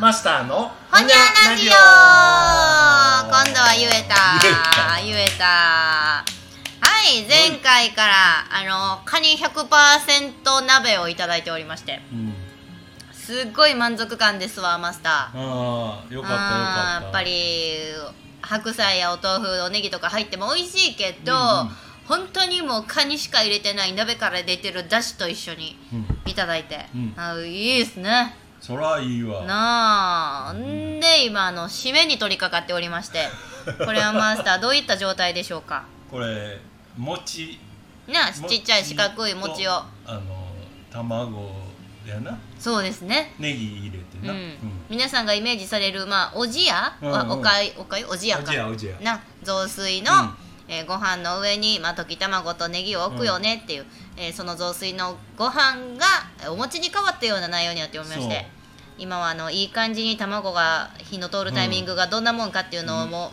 マスターのほにゃラジオ今度は言えた言えたはい前回からあのカニ100%鍋をいただいておりましてうんすっごい満足感ですわマスターああよかったよかあったーやっぱり白菜やお豆腐おネギとか入っても美味しいけど、うんうん本当にもうカニしか入れてない鍋から出てるだしと一緒にうんいただいて、うんあーいいですねそらいいわなあんで今あの締めに取り掛かっており ましてこれはマスターどういった状態でしょうかこれ餅なあちっちゃい四角い餅をとあの卵やなそうですねネギ入れてうん、な皆さんがイメージされるまあおじや、うんはうんおかいおかいおじやおかじやおじやな雑炊の、うんえーご飯の上に、まあ、溶き卵とネギを置くよねっていう、えーその雑炊のご飯がえーお餅に変わったような内容になっておりましそうて今はあのいい感じに卵が火の通るタイミングがどんなもんかっていうのをも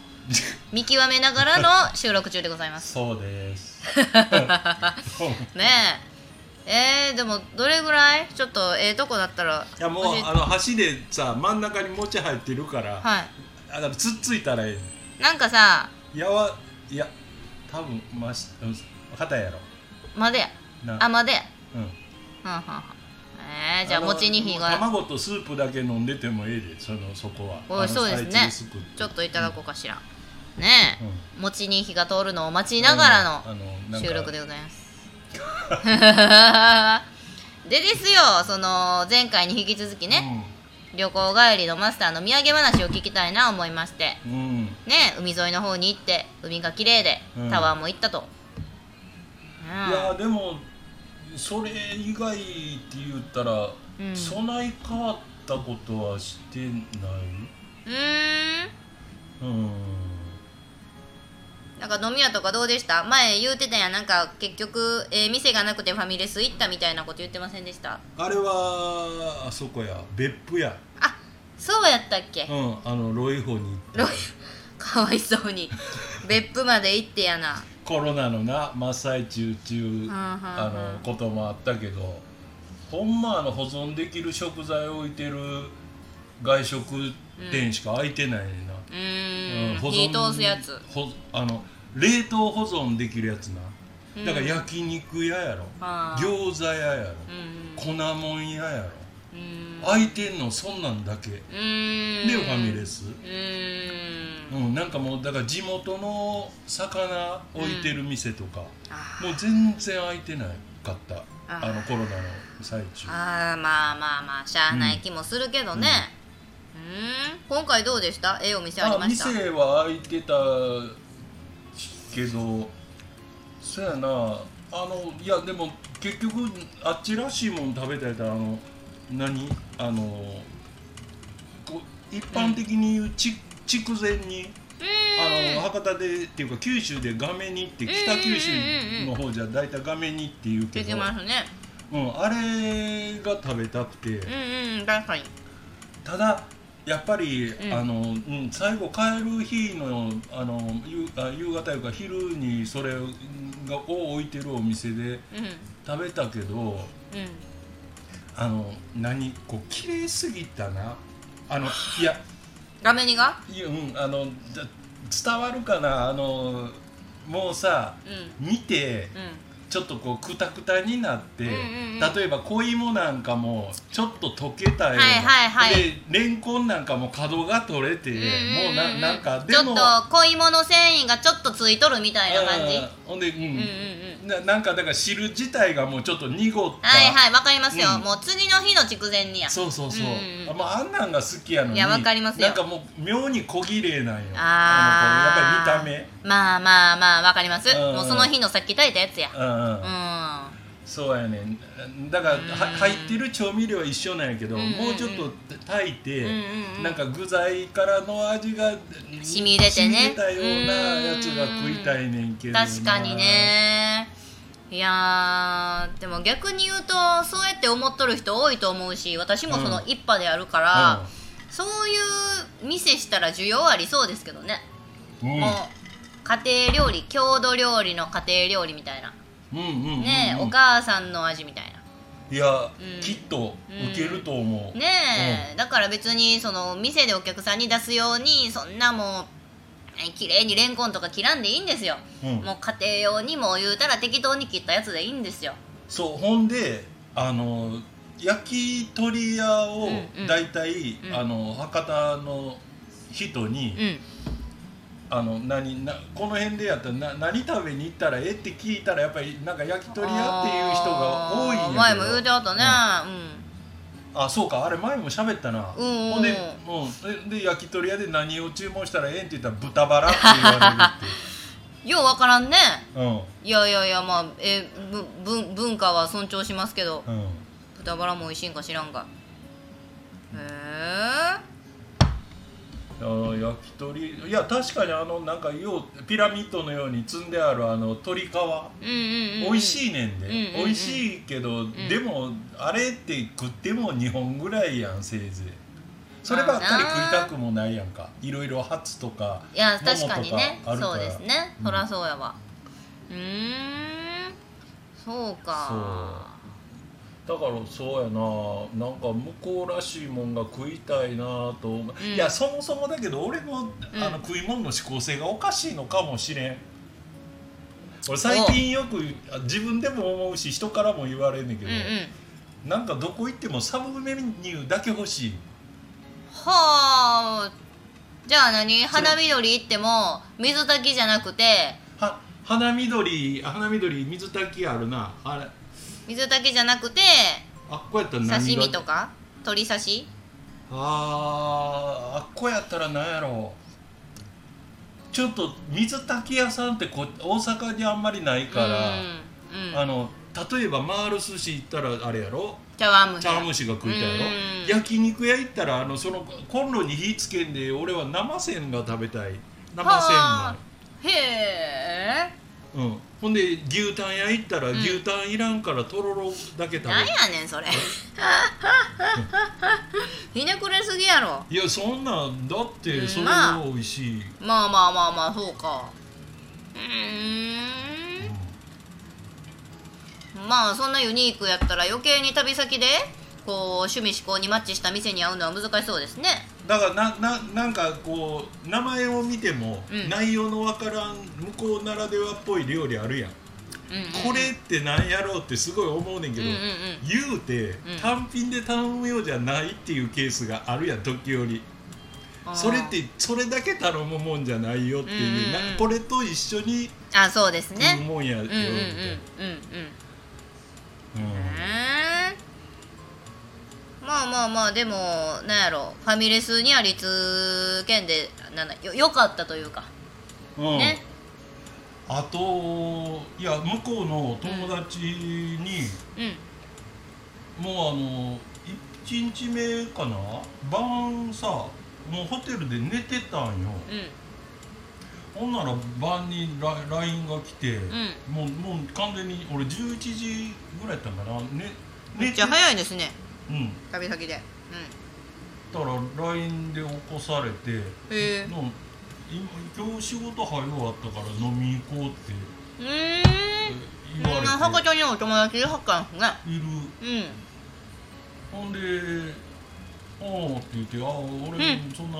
う見極めながら の収録中でございます。そうです ねええー、でもどれぐらいちょっとええとこだったらいやもう教えてあの箸でさ真ん中に餅入ってるからはあだからつっついたらえいなんかさえやわいや多分ましうん硬いやろまでやなあまでやうんはんはんはんえー、じゃあ餅に火あのがもう卵とスープだけ飲んでてもええでそのそこはおいあのそうですね最中すくってちょっといただこうかしらねえ、うん餅に火が通るのを待ちながらうんあのなのんか収録でございます でですよその前回に引き続きね、旅行帰りのマスターの土産話を聞きたいな思いましてうん、うんねえ海沿いの方に行って海が綺麗でうんタワーも行ったと、うんいやでもそれ以外って言ったら、うん備え変わったことはしてないうーんうんなんか飲み屋とかどうでした前言うてたやんなんか結局、えー店がなくてファミレス行ったみたいなこと言ってませんでしたあれはあそこや別府や、あそうやったっけうん、あのロイホに行ロっイてかわいそう に別府まで行ってやなコロナのな真っ最中っていんうんうう、んあのこともあったけどほんまあの保存できる食材を置いてる外食店しか開いてないねんな、ううーん保存火通すやつほあの冷凍保存できるやつなうんだから焼肉屋やろ、あー餃子屋やろ、うん粉もん屋やろうん開いてんのそんなんだけでうーんファミレススうーうんんなんかもうだから地元の魚置いてる店とか、あもう全然開いてなかったああのコロナの最中あーまあまあまあしゃあない気もするけどねうーん今回どうでしたええお店ありました店は開いてたけどそやなあのいやでも結局あっちらしいもん食べたやったらあの何あのこう一般的に言うち、筑前にあの博多でっていうか九州で画面にって北九州の方じゃ大体画面にっていうけできど、ますねうん、あれが食べたくて。うんうん確かにただやっぱり、うんあのうん最後帰る日のあの夕あ夕方いうか昼にそれがを置いてるお店でうん食べたけどうんあの何こう綺麗すぎたなあのいや画面にがいやうんあのだ伝わるかなあのもうさうん見てうちょっとこうくたくたになって、うんうんうん例えば小芋なんかもちょっと溶けたような、はいはいはいでレンコンなんかも角が取れて、んんもうななんかでちょっもと濃いもの繊維がちょっとついとるみたいな感じあーほんで、うんうんうんうんななんかだから汁自体がもうちょっと濁った、はいはいわかりますよ、うんもう次の日の筑前煮やそうそうそう、うんうんうんまあ、あんなんが好きやのにいやわかりますよなんかもう妙に小綺麗なんよあーのこうやっぱり見た目まあまあまあわかります、うんもうその日のさっき炊いたやつやうんうん、うそうやねんだからは入ってる調味料は一緒なんやけど、うんうんうんもうちょっと炊いて、んうんうんなんか具材からの味が染み出てね染み出たようなやつが食いたいねんけんどな確かにねいやーでも逆に言うとそうやって思っとる人多いと思うし私もその一派であるから、そういう店したら需要ありそうですけどね、うん、うんもう家庭料理郷土料理の家庭料理みたいなうんうんうんうんねえ、お母さんの味みたいないや、うんきっと受けると思う、ねえ、だから別にその店でお客さんに出すようにそんなもうえ綺麗にレンコンとか切らんでいいんですよ、うんもう家庭用にも言うたら適当に切ったやつでいいんですよそうほんであの焼き鳥屋をうんうん大体、うんあの博多の人に、うんあの何なこの辺でやったらな何食べに行ったらええって聞いたらやっぱりなんか焼き鳥屋っていう人が多いんやけあーど前も言うてはったねあそうかあれ前も喋ったな、うんうんうんほんで,、うん、でで焼き鳥屋で何を注文したらええんって言ったら豚バラって言わうん、ようわからんねれるっていやいやいやまあえぶぶ文化は尊重しますけどうんうん豚バラも美味しいんか知らんがへあー焼き鳥いや確かにあのなんかようピラミッドのように積んであるあの鶏え皮うんうん、うん、美味しいいねんで、うんうんうん美味しいけど、でもあれって食っても2本ぐらいやんせいぜいそればっかり食いたくもないやんかいろいろハツとかいや確かにねももとかあそうるからですねうんそらそうやわうーんそうかだからそうやななんか向こうらしいもんが食いたいなと思う、うんいやそもそもだけど俺の,、うんあの食い物の思考性がおかしいのかもしれん俺最近よくあ自分でも思うし人からも言われんねんけうど、んうんなんかどこ行ってもサブメニューだけ欲しいはあじゃあ何それ花見鳥行っても水炊きじゃなくては花緑花緑水炊きあるなあれ水炊きじゃなくてあっこやったら何が刺身とか鶏刺しあーあっこやったら何やろうちょっと水炊き屋さんってこ大阪にあんまりないから、うんうんあの例えば回る寿司行ったらあれやろ茶碗蒸し茶碗蒸しが食いたいやろうん焼肉屋行ったらあのそのコンロに火つけんで俺は生せんが食べたい生せんはあが、へえうん、ほんで牛タン屋行ったら牛タンいらんからとろろだけ食べたなんいやねんそれ ひねくれすぎやろいやそんなんだってそれまあが美味しい、まあまあまあまあそうかうーんまあそんなユニークやったら余計に旅先でこう趣味嗜好にマッチした店に会うのは難しそうですねだからなななんかこう名前を見ても、うん内容のわからん向こうならではっぽい料理あるやん、うんうんうんこれってなんやろうってすごい思うねんけうんど、うんうん言うて、ん単品で頼むようじゃないっていうケースがあるやん時折あーそれってそれだけ頼むもんじゃないよっていう、うんうんうんなこれと一緒にあそうですね食うもんやよ、うんうんうんうんうんうんうんまあまあまあでもなんやろファミレスにありつけんでなんだよよかったというかうんねあといや向こうの友達に、うんもうあの1日目かな晩さもうホテルで寝てたんようほんなら晩にラ LINE が来て、んうんもうもう完全に俺11時ぐらいやったんかな、ね、めっちゃい早いですねうん旅先でたら LINE で起こされてうんへえの今今日仕事入り終わったから飲み行こうってうーえん言わそんなれ博て多にお友達いるはっかんすねいるうんほんで「おう」って言って「ああ俺うそんな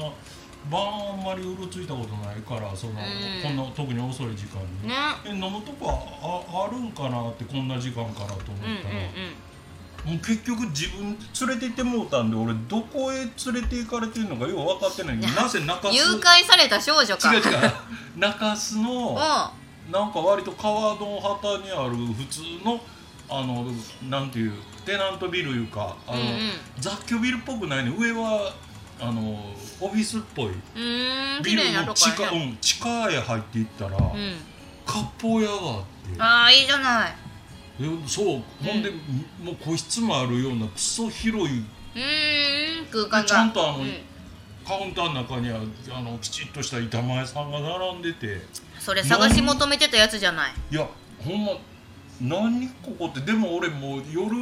晩あんまりうろついたことないからそんな、うんこんな特に遅い時間に、ねえ飲むとこはああるんかなってこんな時間かなと思うったんうんら、もう結局自分連れて行ってもうたんで俺どこへ連れて行かれてるのかよう分かってないけどなぜ中うん洲誘拐された少女か違う違う中洲うの んなんか割と川の端にある普通のあのなんていうテナントビルいうかあの、うんうん雑居ビルっぽくないね上はあのオフィスっぽいうーんビ綺麗ルなのと地こ下,、やねうん、地下へ入っていったら、うん割烹屋があってああいいじゃないでそうほんで、うもう個室もあるようなクソ広いうーん空間がちゃんとあのうんカウンターの中にはあのきちっとした板前さんが並んでてそれ探し求めてたやつじゃないいやほんま何ここってでも俺もう夜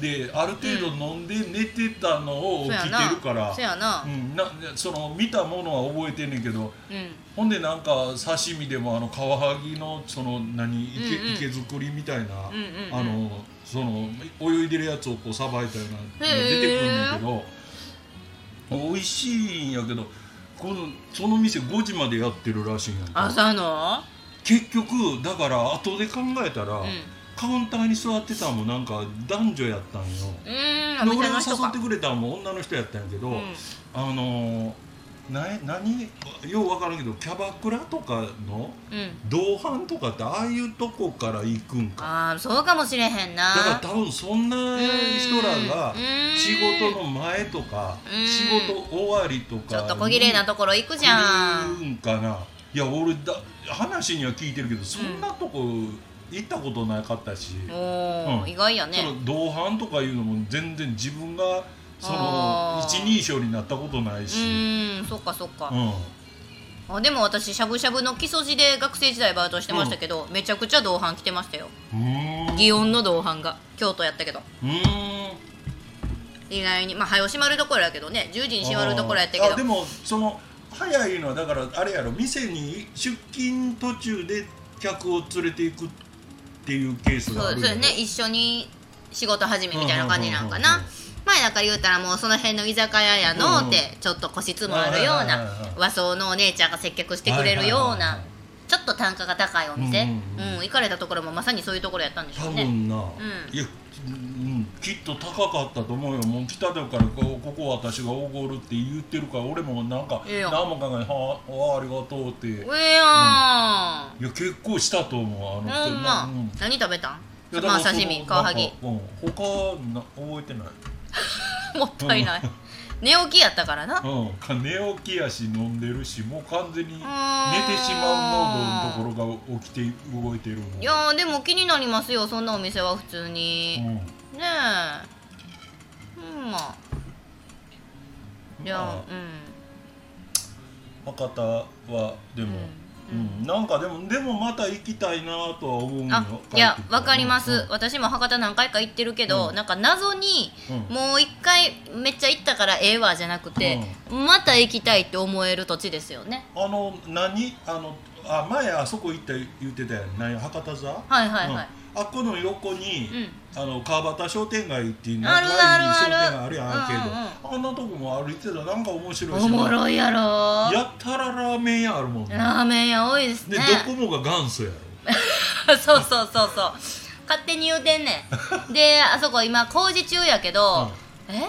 である程度飲んで寝てたのをそ起うきやてなるからそうやなうん、なその見たものは覚えてんねんけどうんほんでなんか刺身でもあのカワハギのその何池,、うんうん池作りみたいな、うんうんうんあのその泳いでるやつをこうさばいたようなのが出てくるんだけど、美味しいんやけどこのその店5時までやってるらしいんやんか朝の結局だから後で考えたら、うんカウンターに座ってたんもなんか男女やったんよ。うーんおで俺店の人が誘かってくれたんも女の人やったんやけど、うんあのーな何よう分からんけどキャバクラとかのうん同伴とかってああいうとこから行くんかああそうかもしれへんなだから多分そんな人らがうーん仕事の前とかうん仕事終わりとかちょっと小綺麗なところ行くこじゃんんかないや俺だ話には聞いてるけどそんなとこ行ったことなかったし、おお、うん意外やそねの同伴とかいうのも全然自分がそのあー一人称になったことないうし、ーんそっかそっかう、んあでも私しゃぶしゃぶの基礎地で学生時代バイトしてましたけど、めちゃくちゃ同伴来てましたようーん祇園の同伴が京都やったけどうーん意外にまあ早う閉まるところやけどね10時に閉まるところやったけあーあどでもその早いのはだからあれやろ店に出勤途中で客を連れていくっていうケースがそあうるそうやね一緒に仕事始めみたいな感じなんかうんうんなうんうん前なんか言うたらもうその辺の居酒屋やうんうのんってちょっと個室もあるようはいはいはいなはい和装のお姉ちゃんが接客してくれるようはいはいはいはないちょっと単価が高いお店、ううんんうんうん行かれたところもまさにそういうところやったんでしょ多うね分な、んいや、うん、きっと高かったと思うよもう来た時からこここ私がおごるって言ってるから俺もなんかいいよ何も考えないはあはあありがとうってうえやいや結構したと思うあんのほんまうんい何食べたんまやだかあらその刺身カワハなギんかうん、他な覚えてない もったいない寝起きやったからなうんか、寝起きやし飲んでるしもう完全に寝て寝しまう濃度のところが起きて動いてるもんいやーでも気になりますよそんなお店は普通に、うん、ねえうんまあいやまうあ博多はでんも、うん、うんうん、なんかでもでもまた行きたいなとは思うよあいや帰ってきたらわかります、う私も博多何回か行ってるけど、うんなんか謎にんうんもう一回めっちゃ行ったからええわじゃなくて、また行きたいって思える土地ですよねあの何あのあ前あそこ行った言ってたやん何博多座ははいはいはい、うん、あっこの横に、うんあの川端商店街っていうあるある商店街あるやんアあーケるード、あんなとこも歩いてたらなんか面白いしおもろいやろーやったらラーメン屋あるもんねラーメン屋多いですでねドコモが元祖や ろそうそうそうそう勝手に言うてんねん であそこ今工事中やけど、え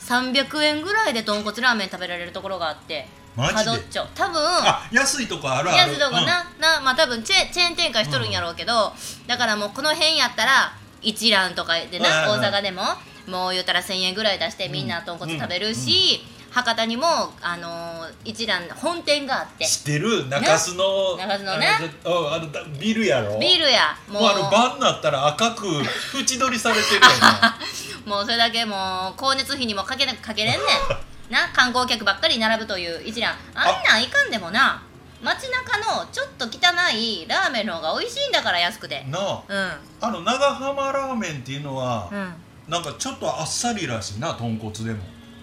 300円ぐらいで豚骨ラーメン食べられるところがあってマジで角っちょ多分あ安いとこあるあやるつどこな,、なまあ多分チェチェーン展開しとるんやろうけど、だからもうこの辺やったら一蘭とかでなはいはいはい大阪でももう言うたら1000円ぐらい出してみんな豚骨食べるし、博多にも、あのー一蘭本店があってうん知ってる中洲の中洲のねあうんあのだビルやろビールやもうあの晩になったら赤く縁取りされてるよ なもうそれだけもう光熱費にもかけなかけれんねん な観光客ばっかり並ぶという一覧あんなんいかんでもな街中のちょっと汚いラーメンの方が美味しいんだから安くてなあうんあの長浜ラーメンっていうのは、うんなんかちょっとあっさりらしいな豚骨でも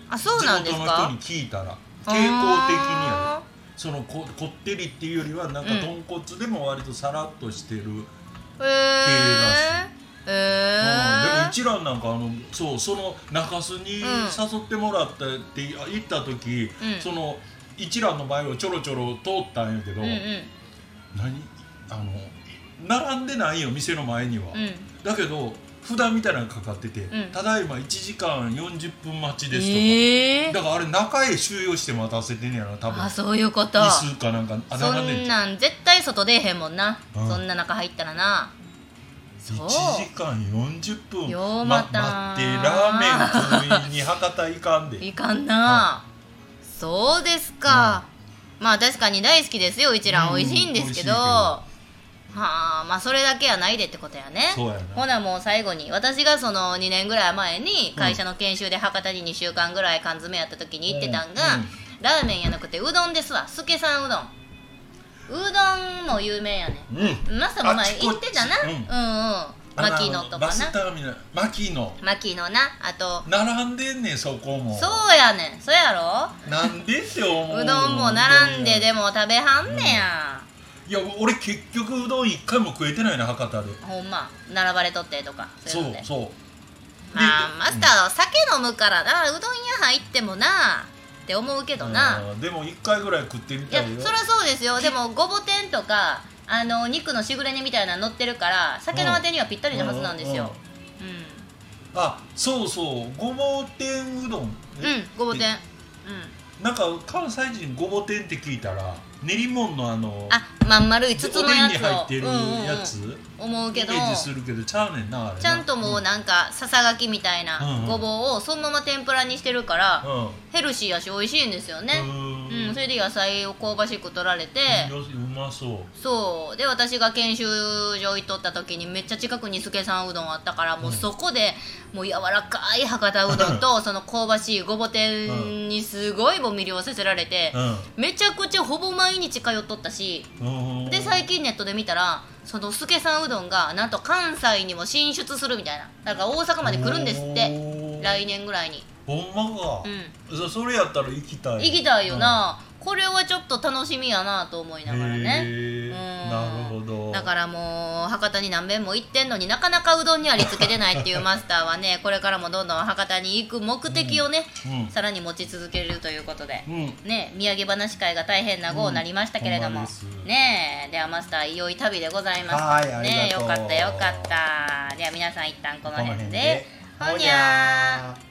あそうなんです地元の人かに聞いたら傾傾向的にやろそのここってりっていうよりはなんかうん豚骨でも割とさらっとしてる、うんでもへえへえ一蘭なんかあのそうその中洲にうん誘ってもらったってあ行った時、うんその一蘭の前をちょろちょろ通ったんやけど、うんうん何あの並んでないよ店の前には、うんだけど札みたいなのかかってて、うんただいま1時間40分待ちですとか、ええだからあれ中へ収容して待たせてんねやろ多分あそういうこと椅子かなんかあそ並んでんんじゃんなん絶対外出えへんもんな、うんそんな中入ったらなそう1時間40分ようま待ったな待ってラーメン食いに博多行かんでいかんな、そうですか、まあ確かに大好きですよ一蘭うん美味しいんですけど、美味しいけどはあまあそれだけはないでってことやねそうやほななもう最後に私がその2年ぐらい前に会社の研修で博多に2週間ぐらい缶詰やった時に行ってたんが、うんうんラーメンやなくてうどんですわすけさんうどんうどんも有名やねうんマサも前あちこ言ってたなちうんうんマキノとかなバスターミナル牧野牧野なあと並んでんねんそこもそうやねんそうやろなんでって思ううどんも並んででもも食べはんねや、いや俺結局うどん一回も食えてないな博多でほんま並ばれとってとかそういうそのうでそうまあマスターは酒飲むからなうどん屋入ってもなって思うけどな、うんでも一回ぐらい食ってみいやたいよそりゃそうですよでもごぼ天とかあの肉のしぐれ煮みたいなの乗ってるから酒のあてにはぴったりのはずなんですようんあそうそうごぼう天うどんうん、ごぼ天うんなんか関西人ごぼ天って聞いたら練り物のあのあまん丸いお筒のでんやにつ入をってるやつ、うんうんうん思うけどイメージするけどちゃうねんなあれなちゃんともうなんかささがきみたいうんうなんごぼうをそのまま天ぷらにしてるからヘルシーやし美味しいんですよねうんうん、それで野菜を香ばしく取られてよしうまそそうで私が研修所行っとった時にめっちゃ近くにすけさんうどんあったからもうそこでもう柔らかい博多うどんとその香ばしいごぼ天にすごいもう魅了させられてううんめちゃくちゃほぼ毎日通っとったしうんで最近ネットで見たらそのすけさんうどんがなんと関西にも進出するみたいなだから大阪まで来るんですってて来年ぐらいにほんまかう、んそそれやったら行きたい行きたいよ、な、これはちょっと楽しみやなと思いながらへねーうんなるほどだからもう博多に何遍も行ってんのになかなかうどんにありつけてないっていうマスターはねこれからもどんどん博多に行く目的をね、うんさらに持ち続けるということで、うんね土産話会が大変な号になりましたけれども、うんほんまですねえではマスター良い旅でございましたはいありねえよがとうかったよかったでは皆さん一旦この辺でこのほ辺でにゃー